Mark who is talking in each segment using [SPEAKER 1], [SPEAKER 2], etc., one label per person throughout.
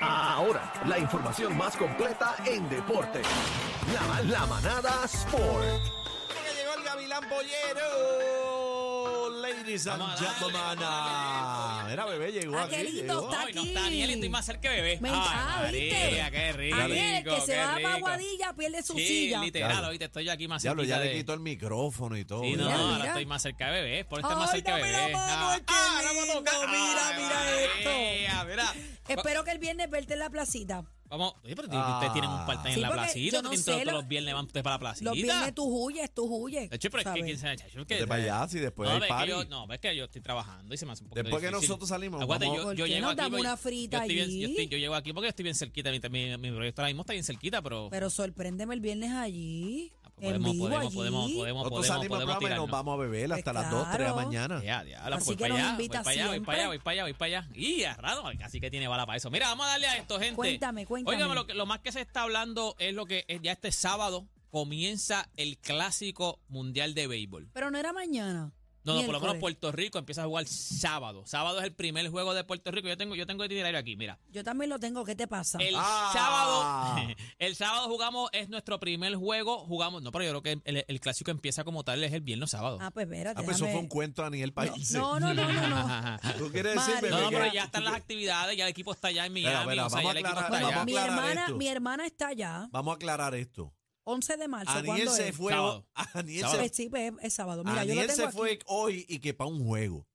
[SPEAKER 1] Ahora, la información más completa en deporte. La, la manada Sport.
[SPEAKER 2] que llegó el Gavilán Pollero. Ladies and
[SPEAKER 3] Vamos a darle,
[SPEAKER 2] gentlemen.
[SPEAKER 3] vamos a darle,
[SPEAKER 2] Era bebé, llegó aquí.
[SPEAKER 4] Angelito,
[SPEAKER 2] Llegó.
[SPEAKER 4] está
[SPEAKER 3] Ay, no
[SPEAKER 4] aquí.
[SPEAKER 3] está Daniel, estoy más cerca de bebé.
[SPEAKER 4] Me encanta,
[SPEAKER 3] Ay,
[SPEAKER 4] ¿viste?
[SPEAKER 3] María, qué rico.
[SPEAKER 4] Daniel, el que se
[SPEAKER 3] qué
[SPEAKER 4] va
[SPEAKER 3] rico.
[SPEAKER 4] para Aguadilla pierde su
[SPEAKER 3] Sí,
[SPEAKER 4] silla.
[SPEAKER 3] literal,
[SPEAKER 2] Diablo.
[SPEAKER 3] ahorita estoy yo aquí más
[SPEAKER 2] Diablo,
[SPEAKER 3] cerquita
[SPEAKER 2] ya le
[SPEAKER 3] de-
[SPEAKER 2] quitó el micrófono y todo.
[SPEAKER 3] Sí, no,
[SPEAKER 4] Mira,
[SPEAKER 3] ahora
[SPEAKER 4] mira.
[SPEAKER 3] estoy más cerca de bebé. Por estar más
[SPEAKER 4] Ay,
[SPEAKER 3] cerca de
[SPEAKER 4] dame la
[SPEAKER 3] bebé.
[SPEAKER 4] mano, qué
[SPEAKER 3] la vamos a
[SPEAKER 4] lindo,
[SPEAKER 3] tocar.
[SPEAKER 4] mira,
[SPEAKER 3] Ay,
[SPEAKER 4] mira esto.
[SPEAKER 3] María, mira.
[SPEAKER 4] Espero que el viernes verte en la placita.
[SPEAKER 3] Vamos, oye, pero tienen- ustedes tienen
[SPEAKER 2] Ah.
[SPEAKER 3] un part-time
[SPEAKER 4] Sí,
[SPEAKER 3] en la
[SPEAKER 4] porque
[SPEAKER 3] placita.
[SPEAKER 4] yo
[SPEAKER 3] ustedes
[SPEAKER 4] no
[SPEAKER 3] tienen
[SPEAKER 4] sé,
[SPEAKER 3] todos,
[SPEAKER 4] lo-
[SPEAKER 3] los viernes van ustedes para la placita.
[SPEAKER 4] Los viernes tú huyes, tú huyes.
[SPEAKER 3] De hecho, pero es que
[SPEAKER 4] ¿sabes?
[SPEAKER 3] quién sabe, chacho, que-
[SPEAKER 2] Vete para allá, si después
[SPEAKER 3] no,
[SPEAKER 2] hay
[SPEAKER 3] pero es que
[SPEAKER 2] party.
[SPEAKER 3] yo, no, es que yo estoy trabajando y se me hace un poquito
[SPEAKER 2] Después que
[SPEAKER 3] difícil.
[SPEAKER 2] nosotros salimos,
[SPEAKER 3] Aguante,
[SPEAKER 2] vamos-
[SPEAKER 3] yo,
[SPEAKER 4] ¿Por
[SPEAKER 3] yo
[SPEAKER 4] qué
[SPEAKER 3] llego
[SPEAKER 4] nos
[SPEAKER 3] aquí,
[SPEAKER 4] damos
[SPEAKER 3] porque
[SPEAKER 4] una
[SPEAKER 3] yo
[SPEAKER 4] frita
[SPEAKER 3] estoy bien-
[SPEAKER 4] allí?
[SPEAKER 3] yo, estoy- yo llego aquí porque estoy bien cerquita, mi, mi, mi proyecto ahora mismo está bien cerquita, pero...
[SPEAKER 4] Pero sorpréndeme el viernes allí.
[SPEAKER 3] ah, pues
[SPEAKER 4] en
[SPEAKER 3] podemos,
[SPEAKER 4] vivo
[SPEAKER 3] podemos,
[SPEAKER 4] allí.
[SPEAKER 3] podemos, podemos,
[SPEAKER 2] Nosotros
[SPEAKER 3] podemos,
[SPEAKER 2] salimos al
[SPEAKER 3] podemos
[SPEAKER 2] programa y nos
[SPEAKER 3] tirarnos.
[SPEAKER 2] vamos a beber hasta
[SPEAKER 4] Pues
[SPEAKER 2] las 2, 3 de la
[SPEAKER 4] claro.
[SPEAKER 2] mañana.
[SPEAKER 3] Ya, ya,
[SPEAKER 4] Así
[SPEAKER 3] voy
[SPEAKER 4] que
[SPEAKER 3] para
[SPEAKER 4] nos
[SPEAKER 3] allá, voy
[SPEAKER 4] invita
[SPEAKER 3] para allá, voy
[SPEAKER 4] siempre.
[SPEAKER 3] para allá, voy para allá, voy para allá. Y a rato, así que tiene bala para eso. Mira, vamos a darle a esto, gente.
[SPEAKER 4] Cuéntame, cuéntame.
[SPEAKER 3] Óigame, lo, que- lo más que se está hablando es lo que es ya este sábado comienza el clásico mundial de béisbol.
[SPEAKER 4] Pero no era mañana.
[SPEAKER 3] No, no, por lo menos
[SPEAKER 4] Miércoles.
[SPEAKER 3] Puerto Rico empieza a jugar sábado. Sábado es el primer juego de Puerto Rico. Yo tengo, yo tengo el itinerario aquí, mira.
[SPEAKER 4] Yo también lo tengo. ¿Qué te pasa?
[SPEAKER 3] El
[SPEAKER 2] Ah.
[SPEAKER 3] sábado, el sábado jugamos, es nuestro primer juego. Jugamos, no, pero yo creo que el, el clásico empieza como tal, es el viernes sábado.
[SPEAKER 4] Ah, pues espérate.
[SPEAKER 2] Ah, pues eso
[SPEAKER 4] déjame-
[SPEAKER 2] fue un cuento, Daniel País.
[SPEAKER 4] No, no, no, no. no.
[SPEAKER 2] ¿Tú quieres decir,
[SPEAKER 4] Madre.
[SPEAKER 2] bebé?
[SPEAKER 3] No, no,
[SPEAKER 2] que-
[SPEAKER 3] pero ya están las actividades, ya el equipo está allá en Miami,
[SPEAKER 2] Espera, espera,
[SPEAKER 3] o sea,
[SPEAKER 2] vamos
[SPEAKER 3] ya el
[SPEAKER 2] a
[SPEAKER 3] equipo está
[SPEAKER 2] aclarar,
[SPEAKER 3] allá.
[SPEAKER 2] vamos
[SPEAKER 4] mi
[SPEAKER 2] aclarar
[SPEAKER 4] hermana,
[SPEAKER 2] esto.
[SPEAKER 4] mi hermana está allá.
[SPEAKER 2] Vamos a aclarar esto.
[SPEAKER 4] 11 de marzo.
[SPEAKER 2] Aniel
[SPEAKER 4] ¿Cuándo
[SPEAKER 2] se
[SPEAKER 4] es?
[SPEAKER 2] fue. ah,
[SPEAKER 3] Sábado.
[SPEAKER 2] Aniel
[SPEAKER 3] Sábado.
[SPEAKER 2] se
[SPEAKER 4] Pues sí, pues, es sábado. Mira, yo lo
[SPEAKER 2] Aniel
[SPEAKER 4] tengo
[SPEAKER 2] se
[SPEAKER 4] aquí.
[SPEAKER 2] fue hoy y que para un juego.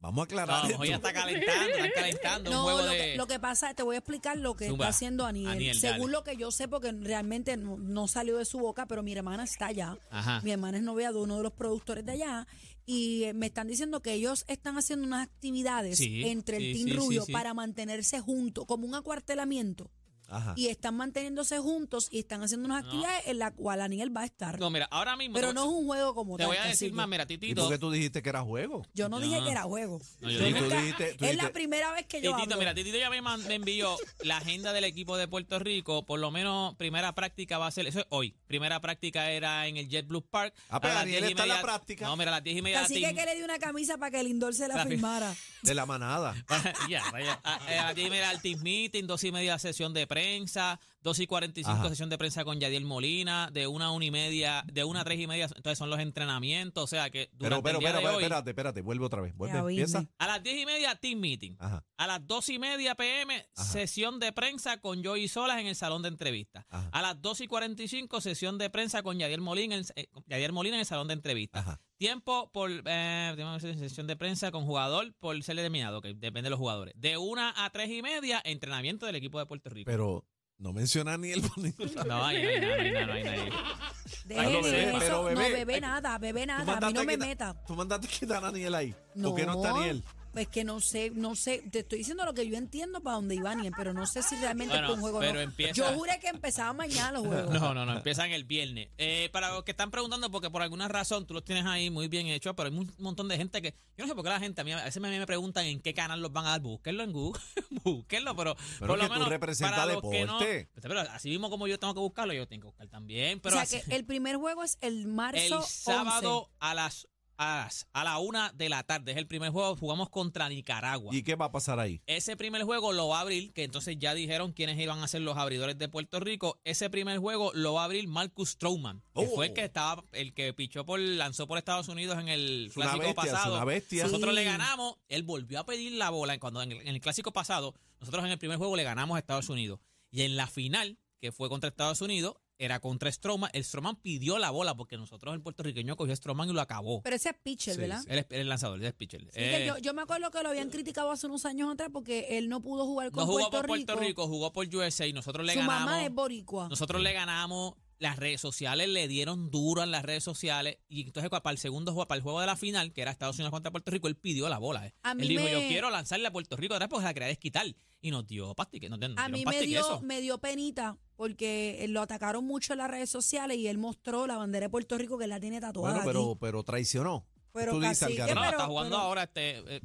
[SPEAKER 2] Vamos a aclarar
[SPEAKER 3] No, ya
[SPEAKER 2] esto.
[SPEAKER 3] está calentando, está calentando un
[SPEAKER 4] No,
[SPEAKER 3] juego
[SPEAKER 4] lo,
[SPEAKER 3] de...
[SPEAKER 4] que, lo que pasa, te voy a explicar lo que
[SPEAKER 3] Zumba.
[SPEAKER 4] está haciendo Aniel.
[SPEAKER 3] Aniel,
[SPEAKER 4] Según
[SPEAKER 3] dale.
[SPEAKER 4] lo que yo sé, porque realmente no, no salió de su boca, pero mi hermana está allá.
[SPEAKER 3] Ajá.
[SPEAKER 4] Mi hermana es novia de uno de los productores de allá. Y eh, me están diciendo que ellos están haciendo unas actividades
[SPEAKER 3] Sí,
[SPEAKER 4] entre el
[SPEAKER 3] sí,
[SPEAKER 4] Team
[SPEAKER 3] sí, sí,
[SPEAKER 4] Rubio
[SPEAKER 3] sí.
[SPEAKER 4] para mantenerse juntos, como un acuartelamiento.
[SPEAKER 3] Ah.
[SPEAKER 2] Ajá.
[SPEAKER 4] Y están manteniéndose juntos y están haciendo unas actividades en la cual Aniel va a estar.
[SPEAKER 3] No, mira, ahora mismo...
[SPEAKER 4] pero
[SPEAKER 3] te-
[SPEAKER 4] no es un juego como
[SPEAKER 3] Te
[SPEAKER 4] tal.
[SPEAKER 3] voy a
[SPEAKER 4] así
[SPEAKER 3] decir
[SPEAKER 4] que-
[SPEAKER 3] más, mira,
[SPEAKER 2] ¿Y
[SPEAKER 3] Titito...
[SPEAKER 2] por qué tú dijiste que era juego?
[SPEAKER 4] Yo no, dije
[SPEAKER 3] No.
[SPEAKER 4] que era juego.
[SPEAKER 3] No, yo
[SPEAKER 4] Yo
[SPEAKER 3] dije-
[SPEAKER 2] tú
[SPEAKER 4] nunca-
[SPEAKER 2] dijiste- tú
[SPEAKER 4] es
[SPEAKER 2] dijiste-
[SPEAKER 4] la primera vez que yo
[SPEAKER 3] Titito,
[SPEAKER 4] hablo.
[SPEAKER 3] mira, Titito ya me, man- me envió la agenda del equipo de Puerto Rico. Por lo menos, primera práctica va a ser, eso es hoy. Primera práctica era en el JetBlue Park.
[SPEAKER 2] Ah, pero
[SPEAKER 3] A las
[SPEAKER 2] Daniel
[SPEAKER 3] 10 y
[SPEAKER 2] está en la
[SPEAKER 3] media-
[SPEAKER 2] práctica.
[SPEAKER 3] No, mira, a las 10 y media.
[SPEAKER 4] Así
[SPEAKER 3] la
[SPEAKER 4] que,
[SPEAKER 3] team-
[SPEAKER 4] que le di una camisa para que el Lindor se
[SPEAKER 3] La
[SPEAKER 4] la
[SPEAKER 3] fi-
[SPEAKER 4] firmara.
[SPEAKER 2] De la manada.
[SPEAKER 3] ya, vaya. A, eh, a las 10 y media el team meeting, dos y media sesión de prensa, dos y 45
[SPEAKER 2] Ajá.
[SPEAKER 3] sesión de prensa con Yadiel Molina, de una a una y media, de una a tres y media, entonces son los entrenamientos, o sea que durante
[SPEAKER 2] Pero, pero,
[SPEAKER 3] el día
[SPEAKER 2] pero,
[SPEAKER 3] de
[SPEAKER 2] pero,
[SPEAKER 3] hoy,
[SPEAKER 2] espérate, espérate, vuelve otra vez. Vuelve,
[SPEAKER 4] Ya oíme.
[SPEAKER 2] empieza.
[SPEAKER 3] a las 10 y media team meeting,
[SPEAKER 2] Ajá,
[SPEAKER 3] a las dos y media pm
[SPEAKER 2] Ajá.
[SPEAKER 3] sesión de prensa con Joey Solas en el salón de entrevistas,
[SPEAKER 2] Ajá.
[SPEAKER 3] a las dos y 45 sesión de prensa con Yadiel Molina, en- eh, con Yadier Molina en el salón de entrevistas.
[SPEAKER 2] ajá.
[SPEAKER 3] Tiempo por eh, tenemos sesión de prensa con jugador por ser eliminado, que depende de los jugadores. De una a tres y media, entrenamiento del equipo de Puerto Rico.
[SPEAKER 2] Pero no menciona ni el bonito. Tú
[SPEAKER 3] No, ahí no hay nada, no hay nada, no hay nada.
[SPEAKER 4] Déjeme
[SPEAKER 2] Ay, bebé,
[SPEAKER 4] eso.
[SPEAKER 2] pero
[SPEAKER 4] no,
[SPEAKER 2] bebé,
[SPEAKER 4] bebé
[SPEAKER 2] ay,
[SPEAKER 4] nada, bebé nada. A mí no me
[SPEAKER 2] quitar-
[SPEAKER 4] meta.
[SPEAKER 2] Tú mandaste quitar a Daniel ahí.
[SPEAKER 4] No,
[SPEAKER 2] ¿Por qué no está Daniel?
[SPEAKER 4] Pues que no sé, no sé. Te estoy diciendo lo que yo entiendo para dónde iba Aniel, pero no sé si realmente
[SPEAKER 3] Bueno,
[SPEAKER 4] es un juego o
[SPEAKER 3] pero
[SPEAKER 4] no.
[SPEAKER 3] empieza-
[SPEAKER 4] Yo juré que empezaba mañana los juegos.
[SPEAKER 3] No, no, no, empiezan el viernes. Eh, para los que están preguntando, porque por alguna razón tú los tienes ahí muy bien hechos, pero hay un montón de gente que. Yo no sé por qué la gente, a mí a veces a mí me preguntan en qué canal los van a dar. Búsquenlo en Google, búsquenlo, pero.
[SPEAKER 2] Pero es
[SPEAKER 3] por lo
[SPEAKER 2] que tú
[SPEAKER 3] menos
[SPEAKER 2] representas
[SPEAKER 3] para los que no-
[SPEAKER 2] deporte.
[SPEAKER 3] pero así mismo como yo tengo que buscarlo, yo tengo que buscar también. Pero
[SPEAKER 4] o
[SPEAKER 3] así-
[SPEAKER 4] sea que el primer juego es el marzo
[SPEAKER 3] El sábado a las, a las- a la una de la tarde es el primer juego. Jugamos contra Nicaragua.
[SPEAKER 2] ¿Y qué va a pasar ahí?
[SPEAKER 3] ese primer juego lo va a abrir, que entonces ya dijeron quiénes iban a ser los abridores de Puerto Rico. Ese primer juego lo va a abrir Marcus Stroman, que
[SPEAKER 2] Oh.
[SPEAKER 3] fue el que estaba, el que pichó por, lanzó por Estados Unidos en el
[SPEAKER 2] Es una
[SPEAKER 3] clásico
[SPEAKER 2] bestia, es
[SPEAKER 3] pasado.
[SPEAKER 2] una bestia.
[SPEAKER 3] Nosotros
[SPEAKER 4] Sí.
[SPEAKER 3] le ganamos, él volvió a pedir la bola cuando en el, en el clásico pasado, nosotros en el primer juego le ganamos a Estados Unidos. Y en la final, que fue contra Estados Unidos, era contra Stroman. El Stroman pidió la bola porque nosotros el puertorriqueño cogió a Stroman y lo acabó.
[SPEAKER 4] Pero ese es pitcher,
[SPEAKER 2] Sí,
[SPEAKER 4] ¿verdad?
[SPEAKER 2] sí.
[SPEAKER 3] Él es él es el lanzador, él es pitcher.
[SPEAKER 4] Sí, que
[SPEAKER 3] Eh,
[SPEAKER 4] yo, yo me acuerdo que lo habían criticado hace unos años atrás porque él no pudo jugar con
[SPEAKER 3] no jugó
[SPEAKER 4] Puerto,
[SPEAKER 3] por Puerto Rico, jugó por USA y nosotros le
[SPEAKER 4] Su
[SPEAKER 3] ganamos.
[SPEAKER 4] mamá es boricua.
[SPEAKER 3] Nosotros le ganamos, las redes sociales le dieron duro en las redes sociales y entonces cua- para el segundo juego, para el juego de la final, que era Estados Unidos contra Puerto Rico, él pidió la bola. eh.
[SPEAKER 4] A mí
[SPEAKER 3] Él dijo,
[SPEAKER 4] me-
[SPEAKER 3] yo quiero lanzarle a Puerto Rico atrás porque la quería desquitar. Y nos dio pastique, nos, dieron
[SPEAKER 4] A mí me
[SPEAKER 3] pastique
[SPEAKER 4] dio,
[SPEAKER 3] eso.
[SPEAKER 4] me dio penita porque eh, lo atacaron mucho en las redes sociales y él mostró la bandera de Puerto Rico que él la tiene tatuada.
[SPEAKER 2] Bueno, pero,
[SPEAKER 4] aquí.
[SPEAKER 2] pero traicionó.
[SPEAKER 4] Pero
[SPEAKER 2] tú dices,
[SPEAKER 4] cacique,
[SPEAKER 2] Alcaraz.
[SPEAKER 3] No,
[SPEAKER 4] pero-
[SPEAKER 3] está jugando
[SPEAKER 4] pero-
[SPEAKER 3] ahora este... eh,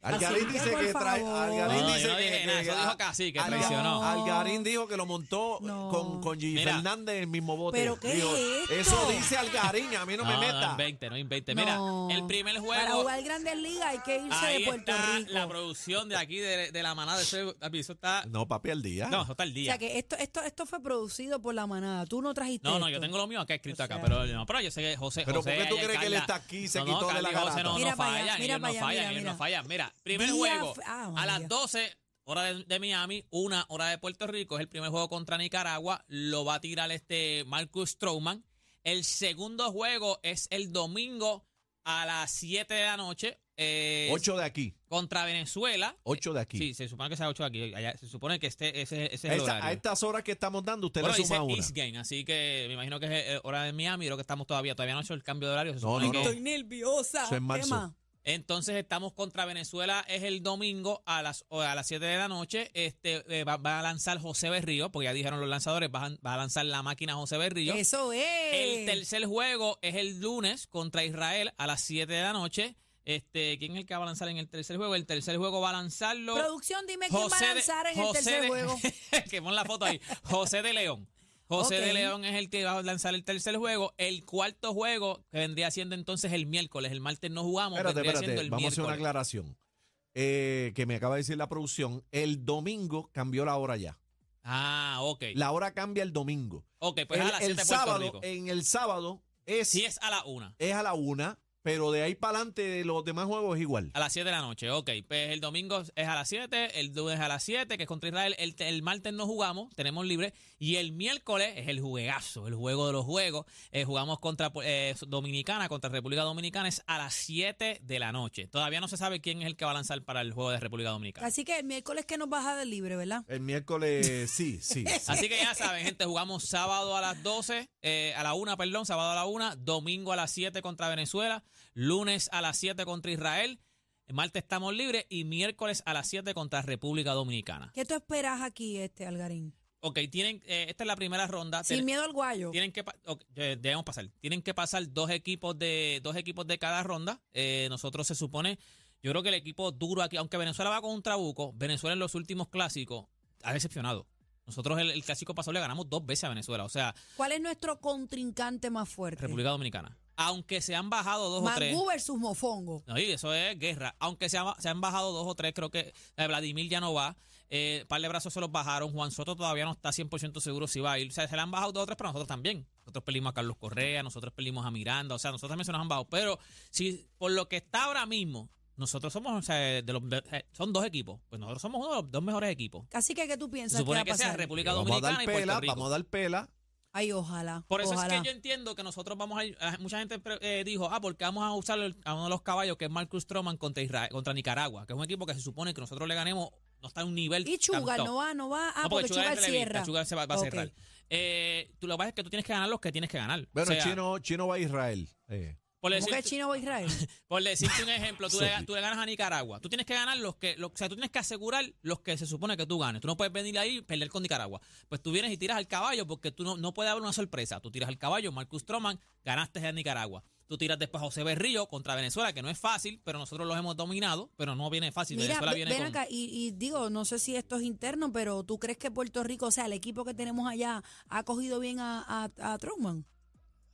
[SPEAKER 2] Algarín
[SPEAKER 4] Así
[SPEAKER 2] dice
[SPEAKER 4] por
[SPEAKER 2] que trae.
[SPEAKER 4] favor.
[SPEAKER 2] Algarín
[SPEAKER 3] No, no, yo
[SPEAKER 2] dice
[SPEAKER 3] no
[SPEAKER 2] que,
[SPEAKER 3] dije nada, eso dijo Cacique, que
[SPEAKER 2] Algarín-
[SPEAKER 3] traicionó.
[SPEAKER 2] Algarín dijo que lo montó eh,
[SPEAKER 4] No.
[SPEAKER 2] con, con Gigi
[SPEAKER 3] Mira.
[SPEAKER 2] Fernández en el mismo bote.
[SPEAKER 4] ¿Pero qué
[SPEAKER 2] Dijo,
[SPEAKER 4] es esto?
[SPEAKER 2] Eso dice Algarín, a mí no, me
[SPEAKER 3] No,
[SPEAKER 2] meta.
[SPEAKER 3] invente, no invente. Mira,
[SPEAKER 4] No.
[SPEAKER 3] el primer
[SPEAKER 4] Para
[SPEAKER 3] juego.
[SPEAKER 4] jugar Grandes Ligas hay que irse
[SPEAKER 3] Ahí
[SPEAKER 4] de Puerto
[SPEAKER 3] está
[SPEAKER 4] Rico.
[SPEAKER 3] la producción de aquí, de, de la manada. Eso, eso está.
[SPEAKER 2] no, papi, al día.
[SPEAKER 3] No, eso está el
[SPEAKER 4] o
[SPEAKER 3] día.
[SPEAKER 4] sea que esto, esto, esto fue producido por la manada. Tú no trajiste.
[SPEAKER 3] No, no,
[SPEAKER 4] esto.
[SPEAKER 3] yo tengo lo mío acá escrito
[SPEAKER 4] O
[SPEAKER 3] acá,
[SPEAKER 4] sea-
[SPEAKER 3] pero, no, pero yo sé que José.
[SPEAKER 2] Pero
[SPEAKER 3] José
[SPEAKER 2] ¿por qué tú
[SPEAKER 3] allá en
[SPEAKER 2] crees que él
[SPEAKER 3] Carla-
[SPEAKER 2] está aquí, se
[SPEAKER 3] No, no,
[SPEAKER 2] quitó de
[SPEAKER 3] Carla
[SPEAKER 2] la
[SPEAKER 3] y José
[SPEAKER 2] garata?
[SPEAKER 3] no, no
[SPEAKER 4] Mira para allá,
[SPEAKER 3] fallan,
[SPEAKER 4] mira
[SPEAKER 3] ellos
[SPEAKER 4] para
[SPEAKER 3] no
[SPEAKER 4] allá,
[SPEAKER 3] fallan,
[SPEAKER 4] mira,
[SPEAKER 3] ellos no
[SPEAKER 4] mira.
[SPEAKER 3] fallan. Mira, primer
[SPEAKER 4] Día
[SPEAKER 3] juego,
[SPEAKER 4] f- ah,
[SPEAKER 3] a
[SPEAKER 4] María.
[SPEAKER 3] las 12, hora de, de Miami, una hora de Puerto Rico, es el primer juego contra Nicaragua, lo va a tirar este Marcus Stroman. El segundo juego es el domingo a las 7 de la noche, eh,
[SPEAKER 2] Ocho de aquí.
[SPEAKER 3] contra Venezuela.
[SPEAKER 2] Ocho de aquí.
[SPEAKER 3] Sí, se supone que sea 8 aquí. allá- se supone que este, ese, ese es
[SPEAKER 2] A
[SPEAKER 3] el
[SPEAKER 2] esta-
[SPEAKER 3] horario.
[SPEAKER 2] a estas horas que estamos dando, usted
[SPEAKER 3] Bueno,
[SPEAKER 2] le
[SPEAKER 3] dice
[SPEAKER 2] suma una.
[SPEAKER 3] East Game, así que me imagino que es eh, hora de Miami, creo que estamos todavía, todavía no ha hecho el cambio de horario. se
[SPEAKER 2] No,
[SPEAKER 3] supone
[SPEAKER 2] no,
[SPEAKER 3] que-
[SPEAKER 2] no.
[SPEAKER 4] Estoy nerviosa.
[SPEAKER 2] Eso es marzo.
[SPEAKER 4] ¿Qué más?
[SPEAKER 3] Entonces estamos contra Venezuela, es el domingo a las, o a las 7 de la noche, este eh, va, va a lanzar José Berrío, porque ya dijeron los lanzadores, va a, va a lanzar la máquina José Berrío.
[SPEAKER 4] Eso es.
[SPEAKER 3] El tercer juego es el lunes contra Israel a las 7 de la noche. Este, ¿Quién es el que va a lanzar en el tercer juego? El tercer juego va a lanzarlo...
[SPEAKER 4] Producción, dime quién va
[SPEAKER 3] José
[SPEAKER 4] a
[SPEAKER 3] de-
[SPEAKER 4] lanzar en el
[SPEAKER 3] José
[SPEAKER 4] tercer
[SPEAKER 3] de-
[SPEAKER 4] juego.
[SPEAKER 3] que pon la foto ahí. José de León. José de
[SPEAKER 4] Ok.
[SPEAKER 3] León es el que va a lanzar el tercer juego. El cuarto juego, que vendría siendo entonces el miércoles. El martes no jugamos,
[SPEAKER 2] Espérate,
[SPEAKER 3] vendría
[SPEAKER 2] espérate,
[SPEAKER 3] siendo el
[SPEAKER 2] vamos a hacer una
[SPEAKER 3] miércoles.
[SPEAKER 2] aclaración. Eh, que me acaba de decir la producción, el domingo cambió la hora ya.
[SPEAKER 3] ah, ok.
[SPEAKER 2] La hora cambia el domingo.
[SPEAKER 3] ok, pues
[SPEAKER 2] el,
[SPEAKER 3] a las
[SPEAKER 2] el
[SPEAKER 3] 7 de Puerto
[SPEAKER 2] sábado,
[SPEAKER 3] Rico.
[SPEAKER 2] en el sábado es,
[SPEAKER 3] Si es a la 1,
[SPEAKER 2] es a la una, pero de ahí para adelante de los demás juegos es igual.
[SPEAKER 3] a las 7 de la noche. Ok, pues el domingo es a las 7, el lunes a las 7, que es contra Israel. El, el martes no jugamos, tenemos libre. Y el miércoles es el juegazo, el juego de los juegos. Eh, jugamos contra eh, Dominicana, contra República Dominicana, es a las 7 de la noche. Todavía no se sabe quién es el que va a lanzar para el juego de República Dominicana.
[SPEAKER 4] Así que el miércoles que nos baja del libre, ¿verdad?
[SPEAKER 2] El miércoles, sí, sí. sí.
[SPEAKER 3] Así que ya saben, gente, jugamos sábado a las 12, eh, a la 1, perdón, sábado a la 1, domingo a las 7 contra Venezuela, lunes a las 7 contra Israel, martes estamos libres y miércoles a las 7 contra República Dominicana.
[SPEAKER 4] ¿Qué tú esperas aquí, este Algarín?
[SPEAKER 3] Ok, tienen, eh, esta es la primera ronda.
[SPEAKER 4] Sin
[SPEAKER 3] Ten-
[SPEAKER 4] miedo al guayo.
[SPEAKER 3] Tienen que pa- ok, eh, debemos pasar. Tienen que pasar dos equipos de dos equipos de cada ronda. Eh, nosotros se supone, yo creo que el equipo duro aquí, aunque Venezuela va con un trabuco, Venezuela en los últimos clásicos ha decepcionado. Nosotros el, el clásico pasado le ganamos dos veces a Venezuela, o sea,
[SPEAKER 4] ¿Cuál es nuestro contrincante más fuerte?
[SPEAKER 3] República Dominicana. Aunque se han bajado dos o tres.
[SPEAKER 4] Mangú versus Mofongo.
[SPEAKER 3] No, y eso es guerra. Aunque se, ha- se han bajado dos o tres, creo que eh, Vladimir ya no va. Eh, par de brazos se los bajaron. Juan Soto todavía no está 100% seguro si va a ir. O sea, se le han bajado dos o tres, pero nosotros también. Nosotros pelimos a Carlos Correa, nosotros pelimos a Miranda. O sea, nosotros también se nos han bajado. Pero si por lo que está ahora mismo, nosotros somos, o sea, de los, de- eh, son dos equipos. Pues nosotros somos uno de los dos mejores equipos.
[SPEAKER 4] Así que, ¿qué tú
[SPEAKER 3] Se
[SPEAKER 4] piensas
[SPEAKER 3] supone
[SPEAKER 4] que va
[SPEAKER 3] que
[SPEAKER 4] a
[SPEAKER 3] sea
[SPEAKER 4] pasar?
[SPEAKER 3] República
[SPEAKER 2] Vamos a
[SPEAKER 3] Dominicana
[SPEAKER 2] dar
[SPEAKER 3] y Puerto
[SPEAKER 2] pela,
[SPEAKER 3] Rico.
[SPEAKER 2] vamos a dar pela.
[SPEAKER 4] Ay, ojalá.
[SPEAKER 3] Por eso
[SPEAKER 4] ojalá.
[SPEAKER 3] es que yo entiendo que nosotros vamos a, a- mucha gente pre- eh, dijo, ah, porque vamos a usar el- a uno de los caballos que es Marcus Stroman contra Israel, contra Nicaragua, que es un equipo que se supone que nosotros le ganemos, no está en un nivel.
[SPEAKER 4] Y Chugal,
[SPEAKER 3] tan top.
[SPEAKER 4] no va, no va. Ah,
[SPEAKER 3] No,
[SPEAKER 4] porque,
[SPEAKER 3] Sugar
[SPEAKER 4] Chugal
[SPEAKER 3] es relevista,
[SPEAKER 4] cierra.
[SPEAKER 3] Sugar se va, va a
[SPEAKER 4] Ok.
[SPEAKER 3] cerrar. Eh, tú lo que pasa es que tú tienes que ganar los que tienes que ganar.
[SPEAKER 2] Bueno,
[SPEAKER 3] O sea,
[SPEAKER 2] chino, chino va a Israel. eh.
[SPEAKER 3] por
[SPEAKER 4] ¿Cómo que
[SPEAKER 3] decir-
[SPEAKER 4] China o Israel?
[SPEAKER 3] por decirte un ejemplo, tú, le,
[SPEAKER 2] Sorry.
[SPEAKER 3] tú le ganas a Nicaragua. Tú tienes que ganar los que, los- o sea, tú tienes que asegurar los que se supone que tú ganes. Tú no puedes venir ahí y perder con Nicaragua. Pues tú vienes y tiras al caballo porque tú no, no puede haber una sorpresa. Tú tiras al caballo, Marcus Stroman, ganaste a Nicaragua. Tú tiras después a José Berrío contra Venezuela, que no es fácil, pero nosotros los hemos dominado, pero no viene fácil.
[SPEAKER 4] Mira,
[SPEAKER 3] Venezuela
[SPEAKER 4] ve-
[SPEAKER 3] viene
[SPEAKER 4] ven
[SPEAKER 3] con...
[SPEAKER 4] acá, y, y digo, no sé si esto es interno, pero ¿tú crees que Puerto Rico, o sea, el equipo que tenemos allá, ha cogido bien a, a, a Truman?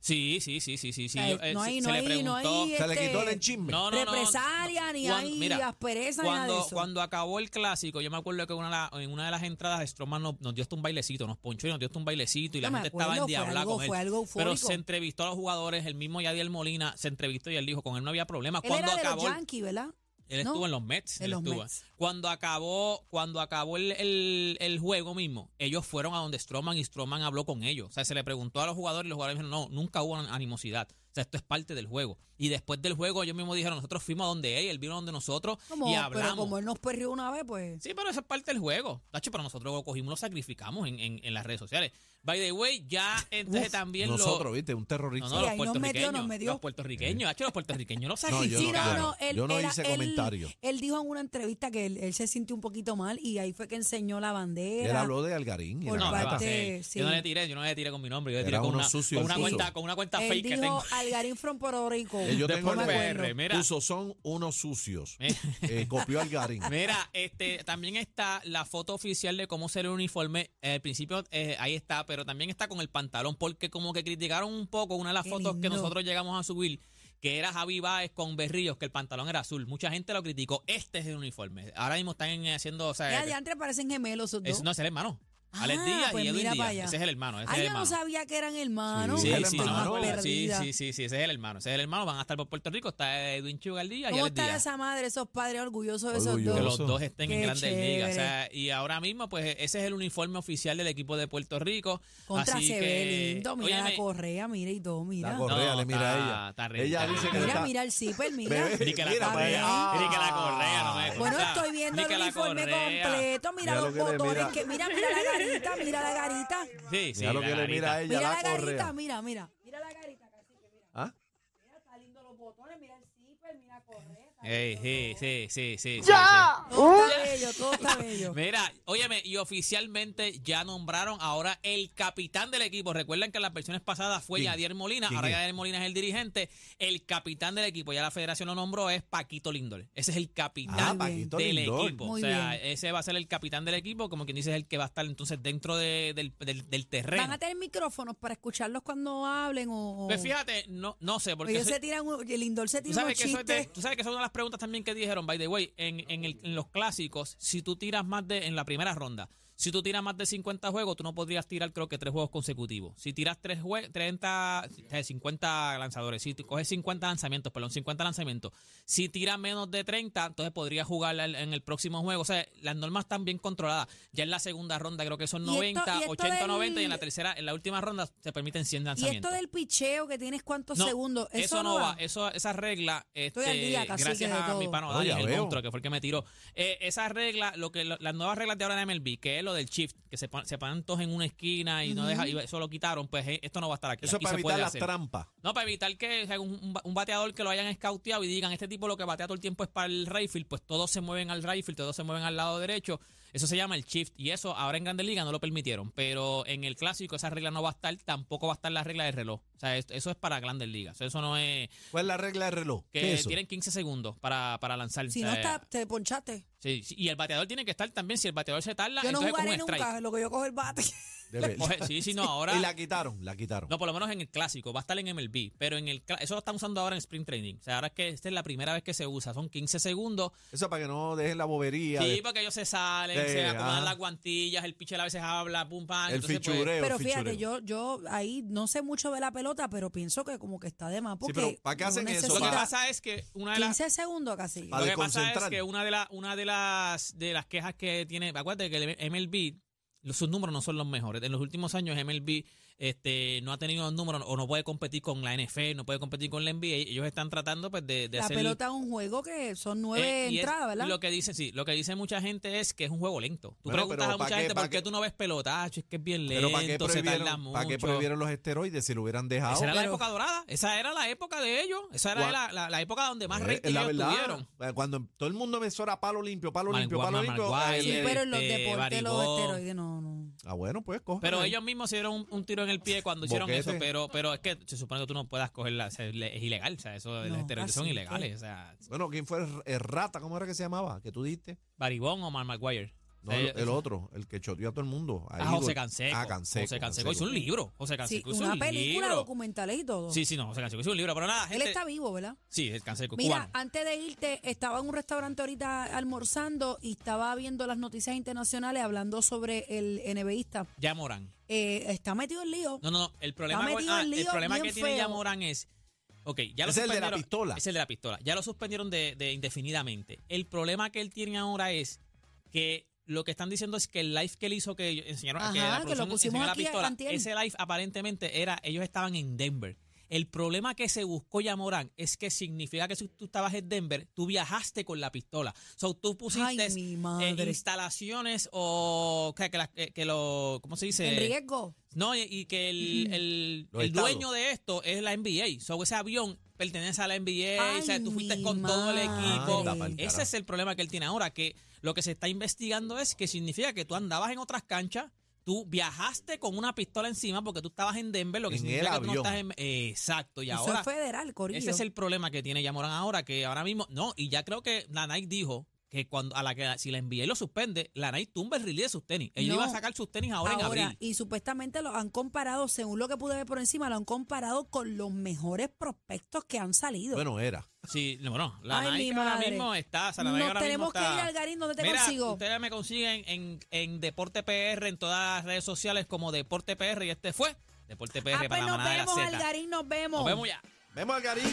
[SPEAKER 3] Sí, sí, sí, sí, sí. sí.
[SPEAKER 4] O sea,
[SPEAKER 3] Yo, eh,
[SPEAKER 4] no
[SPEAKER 3] se-
[SPEAKER 4] hay-
[SPEAKER 3] se
[SPEAKER 4] no
[SPEAKER 3] le
[SPEAKER 4] hay- no hay-
[SPEAKER 3] preguntó-
[SPEAKER 2] Se le
[SPEAKER 4] Este-
[SPEAKER 2] quitó el enchisme.
[SPEAKER 3] No, no, no,
[SPEAKER 4] represalia, ni
[SPEAKER 3] Cuan-
[SPEAKER 4] hay aspereza, ni
[SPEAKER 3] cuando,
[SPEAKER 4] nada de eso.
[SPEAKER 3] Cuando acabó el clásico, yo me acuerdo que una, de la- en una de las entradas Stroman nos, nos dio hasta un bailecito, nos ponchó y nos dio hasta un bailecito y la
[SPEAKER 4] No me
[SPEAKER 3] gente
[SPEAKER 4] acuerdo,
[SPEAKER 3] estaba en
[SPEAKER 4] fue
[SPEAKER 3] diabla
[SPEAKER 4] algo-
[SPEAKER 3] con él.
[SPEAKER 4] fue algo
[SPEAKER 3] pero
[SPEAKER 4] eufórico.
[SPEAKER 3] se entrevistó a los jugadores, el mismo Yadiel Molina se entrevistó y él dijo, con él no había problema.
[SPEAKER 4] Él
[SPEAKER 3] cuando
[SPEAKER 4] era de los
[SPEAKER 3] acabó el-
[SPEAKER 4] Yankees, ¿verdad?
[SPEAKER 3] él
[SPEAKER 4] ¿no?
[SPEAKER 3] estuvo en los Mets.
[SPEAKER 4] En
[SPEAKER 3] él
[SPEAKER 4] los
[SPEAKER 3] estuvo.
[SPEAKER 4] Mets.
[SPEAKER 3] Cuando acabó, cuando acabó el, el- el juego mismo, ellos fueron a donde Stroman y Stroman habló con ellos. O sea, se le preguntó a los jugadores y los jugadores dijeron, no, nunca hubo animosidad. O sea, esto es parte del juego. Y después del juego ellos mismos dijeron, nosotros fuimos a donde él, él vino a donde nosotros
[SPEAKER 4] Como,
[SPEAKER 3] y
[SPEAKER 4] pero
[SPEAKER 3] hablamos.
[SPEAKER 4] como él nos perrió una vez, pues.
[SPEAKER 3] Sí, pero esa es parte del juego. Tacho, pero nosotros lo cogimos, lo sacrificamos en, en- en las redes sociales. By the way, ya entonces también los-
[SPEAKER 2] Nosotros, viste, un
[SPEAKER 3] No,
[SPEAKER 2] terrorista.
[SPEAKER 3] no,
[SPEAKER 4] Sí,
[SPEAKER 3] los
[SPEAKER 4] ahí nos metió,
[SPEAKER 3] puertorriqueños.
[SPEAKER 4] nos metió.
[SPEAKER 3] Los puertorriqueños, tacho, los puertorriqueños lo
[SPEAKER 2] No, yo
[SPEAKER 4] Sí,
[SPEAKER 2] no-
[SPEAKER 3] sacrifican.
[SPEAKER 2] yo no- yo no hice comentario.
[SPEAKER 4] Él dijo en una entrevista que él, él se sintió un poquito mal y ahí fue que enseñó la bandera.
[SPEAKER 2] Él habló de Algarín. y
[SPEAKER 4] Por
[SPEAKER 2] la
[SPEAKER 3] No,
[SPEAKER 2] gata.
[SPEAKER 3] no va a
[SPEAKER 4] parte-
[SPEAKER 3] ser.
[SPEAKER 4] sí.
[SPEAKER 3] Yo no le tiré, yo no le tiré con mi nombre, yo le
[SPEAKER 2] Era
[SPEAKER 3] tiré con
[SPEAKER 2] uno
[SPEAKER 3] una,
[SPEAKER 2] sucio,
[SPEAKER 3] con una
[SPEAKER 2] sucio.
[SPEAKER 3] cuenta, con una cuenta
[SPEAKER 4] él
[SPEAKER 3] fake que
[SPEAKER 4] dijo
[SPEAKER 3] tengo.
[SPEAKER 4] Algarín from Puerto Rico.
[SPEAKER 2] Eh, yo tengo
[SPEAKER 3] Después
[SPEAKER 4] me
[SPEAKER 2] el
[SPEAKER 4] acuerdo.
[SPEAKER 3] PR, mira.
[SPEAKER 2] Usos son unos sucios.
[SPEAKER 3] Eh.
[SPEAKER 2] Eh, copió al Garín.
[SPEAKER 3] Mira, este, también está la foto oficial de cómo será el uniforme. Eh, Al principio eh, ahí está, pero también está con el pantalón, porque como que criticaron un poco una de las
[SPEAKER 4] Qué
[SPEAKER 3] fotos que
[SPEAKER 4] lindo.
[SPEAKER 3] nosotros llegamos a subir, que era Javi Báez con Berríos, que el pantalón era azul. Mucha gente lo criticó. Este es el uniforme. Ahora mismo están eh, haciendo, o sea, eh,
[SPEAKER 4] Ya de antes parecen gemelos esos
[SPEAKER 3] es,
[SPEAKER 4] dos.
[SPEAKER 3] no es el hermano.
[SPEAKER 4] Ah,
[SPEAKER 3] Alex Díaz
[SPEAKER 4] pues
[SPEAKER 3] y Edwin
[SPEAKER 4] mira para allá.
[SPEAKER 3] Díaz. Ese es el hermano. Ese
[SPEAKER 4] Ay,
[SPEAKER 3] es
[SPEAKER 4] yo
[SPEAKER 3] el
[SPEAKER 4] no
[SPEAKER 3] hermano.
[SPEAKER 4] sabía que eran hermanos.
[SPEAKER 2] Sí,
[SPEAKER 4] Ya
[SPEAKER 2] el
[SPEAKER 4] estoy
[SPEAKER 2] hermano,
[SPEAKER 4] más
[SPEAKER 2] ¿no?
[SPEAKER 3] ¿verdad? sí,
[SPEAKER 4] perdida.
[SPEAKER 3] sí, sí, sí, ese es el hermano, ese es el hermano, van a estar por Puerto Rico, está Edwin Chugal Díaz y
[SPEAKER 4] ¿Cómo
[SPEAKER 3] Alex
[SPEAKER 4] está
[SPEAKER 3] Díaz.
[SPEAKER 4] esa madre, esos padres orgullosos de
[SPEAKER 2] Orgulloso.
[SPEAKER 3] que
[SPEAKER 4] esos
[SPEAKER 3] los
[SPEAKER 4] dos?
[SPEAKER 2] Oso.
[SPEAKER 3] dos estén en
[SPEAKER 4] Qué
[SPEAKER 3] grandes ligas. O
[SPEAKER 4] chévere.
[SPEAKER 3] sea, y ahora mismo, pues ese es el uniforme oficial del equipo de Puerto Rico.
[SPEAKER 4] Contra
[SPEAKER 3] Así
[SPEAKER 4] se
[SPEAKER 3] que,
[SPEAKER 4] ve lindo, mira
[SPEAKER 3] óyeme,
[SPEAKER 4] la correa, mira y todo, mira.
[SPEAKER 2] La correa,
[SPEAKER 3] No,
[SPEAKER 2] le mira
[SPEAKER 3] está-
[SPEAKER 2] a ella.
[SPEAKER 3] está rica.
[SPEAKER 2] ella dice que
[SPEAKER 4] Mira,
[SPEAKER 2] está-
[SPEAKER 4] mira el zipper, mira.
[SPEAKER 2] Bebé,
[SPEAKER 3] Ni que la
[SPEAKER 2] mira,
[SPEAKER 4] correa,
[SPEAKER 2] bebé. Ah.
[SPEAKER 3] ni que la correa, no me-
[SPEAKER 4] Ah. Bueno,
[SPEAKER 3] O sea,
[SPEAKER 4] estoy viendo
[SPEAKER 3] ni
[SPEAKER 4] el
[SPEAKER 3] que la
[SPEAKER 4] uniforme
[SPEAKER 3] correa.
[SPEAKER 4] completo, mira
[SPEAKER 2] Mira lo
[SPEAKER 4] los
[SPEAKER 2] que le
[SPEAKER 4] botones
[SPEAKER 2] mira.
[SPEAKER 4] que mira, mira la garita, mira la garita.
[SPEAKER 3] Sí, sí,
[SPEAKER 2] Mira lo
[SPEAKER 3] la
[SPEAKER 2] que le
[SPEAKER 3] garita.
[SPEAKER 2] mira a ella,
[SPEAKER 4] Mira la
[SPEAKER 2] la
[SPEAKER 4] garita,
[SPEAKER 2] correa.
[SPEAKER 4] mira, mira. Mira la garita, cacique, mira.
[SPEAKER 2] ¿Ah?
[SPEAKER 4] Mira, está lindo los botones, mira el zipper, mira la correa. está
[SPEAKER 3] Ey,
[SPEAKER 4] lindo
[SPEAKER 3] Sí, Uh.
[SPEAKER 4] todo.
[SPEAKER 3] sí, sí, sí. sí, sí.
[SPEAKER 4] Todo está bello, todo está bello.
[SPEAKER 3] Mira, óyeme, y oficialmente ya nombraron ahora el capitán del equipo. Recuerden que en las versiones pasadas fue
[SPEAKER 2] ¿Quién?
[SPEAKER 3] Yadier Molina,
[SPEAKER 2] ¿Quién
[SPEAKER 3] ahora
[SPEAKER 2] es?
[SPEAKER 3] Yadier Molina es el dirigente. El capitán del equipo, ya la federación lo nombró, es Paquito Lindor. Ese es el
[SPEAKER 2] Ah,
[SPEAKER 3] capitán
[SPEAKER 4] Muy bien.
[SPEAKER 2] Paquito
[SPEAKER 3] del
[SPEAKER 2] Lindor.
[SPEAKER 3] equipo.
[SPEAKER 4] Muy
[SPEAKER 3] o sea,
[SPEAKER 4] bien.
[SPEAKER 3] ese va a ser el capitán del equipo, como quien dice, es el que va a estar entonces dentro de- del, del- del terreno.
[SPEAKER 4] Van a tener micrófonos para escucharlos cuando hablen o. o-
[SPEAKER 3] Pues fíjate, no, no sé, porque
[SPEAKER 4] ellos
[SPEAKER 3] eso-
[SPEAKER 4] se tiran, un- el Indol se
[SPEAKER 3] tú
[SPEAKER 4] tira unos
[SPEAKER 3] sabes, que eso es de-
[SPEAKER 4] chistes.
[SPEAKER 3] tú sabes que esa es una de las preguntas también que dijeron, by the way, en, en el- en los clásicos, si tú tiras más de, en la primera ronda, si tú tiras más de 50 juegos, tú no podrías tirar creo que tres juegos consecutivos. Si tiras tres jue- 30, eh, 50 lanzadores, si tú coges 50 lanzamientos, perdón, 50 lanzamientos, si tiras menos de 30, entonces podrías jugar al- en el próximo juego. O sea, las normas están bien controladas. Ya en la segunda ronda creo que son
[SPEAKER 4] Y esto-
[SPEAKER 3] 90,
[SPEAKER 4] y esto
[SPEAKER 3] 80,
[SPEAKER 4] del-
[SPEAKER 3] 90 y en la tercera, en la última ronda se permiten 100
[SPEAKER 4] Y esto
[SPEAKER 3] lanzamientos.
[SPEAKER 4] del picheo que tienes cuántos
[SPEAKER 3] No,
[SPEAKER 4] segundos,
[SPEAKER 3] Eso,
[SPEAKER 4] eso,
[SPEAKER 3] no va, eso, esa regla, este,
[SPEAKER 4] al día, cacique,
[SPEAKER 3] gracias
[SPEAKER 4] de
[SPEAKER 3] a
[SPEAKER 4] todo.
[SPEAKER 3] mi pano
[SPEAKER 2] No, ya
[SPEAKER 3] Daniel, el
[SPEAKER 2] veo.
[SPEAKER 3] control, que fue el que me tiró. Eh, esa regla, lo que lo- las nuevas reglas de ahora en MLB, que es lo del shift, que se, pon- se paran todos en una esquina y no deja, y eso lo quitaron, pues eh, esto no va a estar aquí.
[SPEAKER 2] Eso es
[SPEAKER 3] Aquí
[SPEAKER 2] para
[SPEAKER 3] se
[SPEAKER 2] evitar
[SPEAKER 3] puede
[SPEAKER 2] las
[SPEAKER 3] hacer.
[SPEAKER 2] trampas.
[SPEAKER 3] No, para evitar que o sea, un, un ba- un bateador que lo hayan escauteado y digan, este tipo lo que batea todo el tiempo es para el right field, pues todos se mueven al right field, todos se mueven al lado derecho. Eso se llama el shift y eso ahora en Grandes Ligas no lo permitieron, pero en el Clásico esa regla no va a estar, tampoco va a estar la regla del reloj. O sea, es- eso es para Grandes Ligas, eso no es
[SPEAKER 2] ¿Cuál es la regla del reloj? ¿Qué
[SPEAKER 3] que
[SPEAKER 2] es eso?
[SPEAKER 3] tienen 15 segundos para, para lanzar.
[SPEAKER 4] Si
[SPEAKER 3] O
[SPEAKER 4] no
[SPEAKER 3] sea,
[SPEAKER 4] está, te ponchaste.
[SPEAKER 3] sí, sí, y el bateador tiene que estar también, si el bateador se tarda,
[SPEAKER 4] Yo no
[SPEAKER 3] Ah, entonces con
[SPEAKER 4] jugaré
[SPEAKER 3] un strike.
[SPEAKER 4] nunca, lo que yo cojo el bate.
[SPEAKER 2] Debe-
[SPEAKER 3] Coge- sí, sí, no, ahora
[SPEAKER 2] Y la quitaron, la quitaron.
[SPEAKER 3] No, por lo menos en el clásico, va a estar en MLB, pero en el cla- eso lo están usando ahora en Spring Training. O sea, ahora es que esta es la primera vez que se usa, son 15 segundos.
[SPEAKER 2] Eso para que no dejen la bobería.
[SPEAKER 3] Sí,
[SPEAKER 2] de-
[SPEAKER 3] porque ellos se salen,
[SPEAKER 2] Sí,
[SPEAKER 3] se acomodan
[SPEAKER 2] ajá.
[SPEAKER 3] las guantillas, el pitcher a veces habla, pum, pam.
[SPEAKER 2] el
[SPEAKER 3] entonces, pues,
[SPEAKER 2] fichureo.
[SPEAKER 4] Pero
[SPEAKER 2] el
[SPEAKER 4] fíjate,
[SPEAKER 2] fichureo.
[SPEAKER 4] yo, yo ahí no sé mucho de la pelota, pero pienso que como que está de más. Porque
[SPEAKER 2] pero ¿para qué
[SPEAKER 4] uno
[SPEAKER 2] hacen eso?
[SPEAKER 3] lo que
[SPEAKER 4] necesita
[SPEAKER 2] Para-
[SPEAKER 3] pasa es que una de las
[SPEAKER 4] 15 segundos casi.
[SPEAKER 2] Para
[SPEAKER 3] lo que pasa es
[SPEAKER 2] desconcentrar.
[SPEAKER 3] que una de las una de las de las quejas que tiene, acuérdate que el MLB los- sus números no son los mejores. En los últimos años MLB este no ha tenido los números o no puede competir con la NFL, no puede competir con la NBA. Ellos están tratando pues de, de
[SPEAKER 4] La
[SPEAKER 3] hacer
[SPEAKER 4] pelota es un juego que son nueve
[SPEAKER 3] Eh, y es-
[SPEAKER 4] entradas, ¿verdad?
[SPEAKER 3] Lo que dice, sí, lo que dice mucha gente es que es un juego lento. Tú
[SPEAKER 2] Bueno,
[SPEAKER 3] preguntas
[SPEAKER 2] pero
[SPEAKER 3] a
[SPEAKER 2] ¿pa'
[SPEAKER 3] mucha
[SPEAKER 2] qué-
[SPEAKER 3] gente
[SPEAKER 2] pa'
[SPEAKER 3] por qué
[SPEAKER 2] qué-
[SPEAKER 3] tú no ves pelota, Acho, es que es bien lento,
[SPEAKER 2] Pero ¿para qué,
[SPEAKER 3] se tarda
[SPEAKER 2] prohibieron,
[SPEAKER 3] mucho.
[SPEAKER 2] ¿para qué prohibieron los esteroides si lo hubieran dejado?
[SPEAKER 3] Esa era la
[SPEAKER 4] Pero-
[SPEAKER 3] época dorada, esa era la época de ellos, esa era
[SPEAKER 2] Guau.
[SPEAKER 3] la, la- la época donde más
[SPEAKER 2] Eh,
[SPEAKER 3] rating
[SPEAKER 2] la
[SPEAKER 3] ellos
[SPEAKER 2] verdad,
[SPEAKER 3] tuvieron.
[SPEAKER 2] eh, cuando todo el mundo me era palo limpio, palo
[SPEAKER 3] Mal-
[SPEAKER 2] limpio,
[SPEAKER 3] Mal-
[SPEAKER 2] palo
[SPEAKER 3] Mal-
[SPEAKER 2] limpio.
[SPEAKER 3] Mal-
[SPEAKER 2] eh,
[SPEAKER 4] sí,
[SPEAKER 3] el-
[SPEAKER 4] pero en los
[SPEAKER 3] este,
[SPEAKER 4] deportes los
[SPEAKER 3] baribón.
[SPEAKER 4] esteroides no, no.
[SPEAKER 2] Ah, bueno, pues coge.
[SPEAKER 3] Pero ellos mismos se dieron un, un tiro en el pie cuando hicieron
[SPEAKER 2] Boquete.
[SPEAKER 3] eso, pero pero es que se supone que tú no puedas cogerla, o sea, es le- es ilegal, o sea, eso de los
[SPEAKER 4] No,
[SPEAKER 3] esteroides son
[SPEAKER 4] así que-
[SPEAKER 3] ilegales, o sea,
[SPEAKER 2] Bueno, ¿quién fue el, el rata? ¿Cómo era que se llamaba? Que tú diste.
[SPEAKER 3] Baribón o Mal McGuire.
[SPEAKER 2] No,
[SPEAKER 3] O sea,
[SPEAKER 2] el, el otro, el que choteó a todo el mundo.
[SPEAKER 3] Ah,
[SPEAKER 2] Ahí,
[SPEAKER 3] José
[SPEAKER 2] güey.
[SPEAKER 3] Canseco.
[SPEAKER 2] Ah, Canseco.
[SPEAKER 3] José Canseco
[SPEAKER 2] Canseco.
[SPEAKER 3] hizo un libro. José
[SPEAKER 4] Sí,
[SPEAKER 3] Canseco hizo
[SPEAKER 4] una
[SPEAKER 3] un
[SPEAKER 4] película,
[SPEAKER 3] libro.
[SPEAKER 4] documentales y todo.
[SPEAKER 3] Sí, sí, no, José Canseco hizo un libro, pero nada,
[SPEAKER 4] Él
[SPEAKER 3] gente,
[SPEAKER 4] está vivo, ¿verdad?
[SPEAKER 3] Sí, el canseco
[SPEAKER 4] Mira,
[SPEAKER 3] cubano.
[SPEAKER 4] antes de irte, estaba en un restaurante ahorita almorzando y estaba viendo las noticias internacionales hablando sobre el NBIsta.
[SPEAKER 3] Ya Morán.
[SPEAKER 4] Eh, está metido en lío.
[SPEAKER 3] No, no, no. El problema,
[SPEAKER 4] metido
[SPEAKER 3] con- ah,
[SPEAKER 4] en
[SPEAKER 3] el
[SPEAKER 4] lío
[SPEAKER 3] problema
[SPEAKER 4] bien
[SPEAKER 3] que tiene ya
[SPEAKER 4] feo.
[SPEAKER 3] Morán es. Ok, ya lo
[SPEAKER 2] Es el de la
[SPEAKER 3] suspendieron-
[SPEAKER 2] pistola.
[SPEAKER 3] Es el de la pistola. Ya lo suspendieron de, de indefinidamente. El problema que él tiene ahora es que lo que están diciendo es que el live que él hizo que ellos enseñaron
[SPEAKER 4] Ajá,
[SPEAKER 3] que, la
[SPEAKER 4] que lo
[SPEAKER 3] producción
[SPEAKER 4] pusimos
[SPEAKER 3] enseñó la
[SPEAKER 4] aquí
[SPEAKER 3] pistola,
[SPEAKER 4] antier.
[SPEAKER 3] ese live aparentemente era ellos estaban en Denver. El problema que se buscó ya Morán es que significa que si tú estabas en Denver, tú viajaste con la pistola. So, tú
[SPEAKER 4] Ay,
[SPEAKER 3] pusiste
[SPEAKER 4] mi
[SPEAKER 3] eh,
[SPEAKER 4] madre.
[SPEAKER 3] instalaciones o que, que las- que- que lo ¿cómo se dice?
[SPEAKER 4] en riesgo.
[SPEAKER 3] No, y, y que el, el-
[SPEAKER 2] Los
[SPEAKER 3] el
[SPEAKER 2] estados.
[SPEAKER 3] dueño de esto es la NBA. So, ese avión pertenece a la NBA. o sea,
[SPEAKER 4] Ay,
[SPEAKER 3] tú fuiste
[SPEAKER 4] mi
[SPEAKER 3] con todo el equipo.
[SPEAKER 2] Anda Ah, pa'l
[SPEAKER 3] Ese
[SPEAKER 2] carajo.
[SPEAKER 3] es el problema que él tiene ahora, que lo que se está investigando es que significa que tú andabas en otras canchas, Tú viajaste con una pistola encima porque tú estabas en Denver, lo que
[SPEAKER 2] En
[SPEAKER 3] significa
[SPEAKER 2] el
[SPEAKER 3] que tú no
[SPEAKER 2] avión.
[SPEAKER 3] estás en. eh, exacto, y
[SPEAKER 4] Eso
[SPEAKER 3] ahora.
[SPEAKER 4] es federal, Corillo.
[SPEAKER 3] Ese es el problema que tiene Yamoran ahora, que ahora mismo, no, y ya creo que la Nike dijo que cuando a la que si la NBA lo suspende, la Nike tumba el release de sus tenis. Ellos
[SPEAKER 4] No.
[SPEAKER 3] iban a sacar sus tenis ahora, en abril.
[SPEAKER 4] y supuestamente lo han comparado, según lo que pude ver por encima, lo han comparado con los mejores prospectos que han salido.
[SPEAKER 2] Bueno, era.
[SPEAKER 3] Sí, no, no, la
[SPEAKER 4] Ay, mi
[SPEAKER 3] Nike ahora
[SPEAKER 4] madre.
[SPEAKER 3] mismo está, o sea, la Nike
[SPEAKER 4] Nos
[SPEAKER 3] ahora mismo
[SPEAKER 4] tenemos que ir
[SPEAKER 3] está-
[SPEAKER 4] al Garín, ¿dónde te
[SPEAKER 3] Mira,
[SPEAKER 4] consigo?
[SPEAKER 3] ustedes me consiguen en, en Deporte PR, en todas las redes sociales como Deporte PR, y este fue Deporte PR
[SPEAKER 4] Ah, pues
[SPEAKER 3] para la
[SPEAKER 4] nos
[SPEAKER 3] manada de la
[SPEAKER 4] vemos,
[SPEAKER 3] Z.
[SPEAKER 4] Algarín, nos vemos.
[SPEAKER 3] Nos vemos ya.
[SPEAKER 2] Vemos al cariño.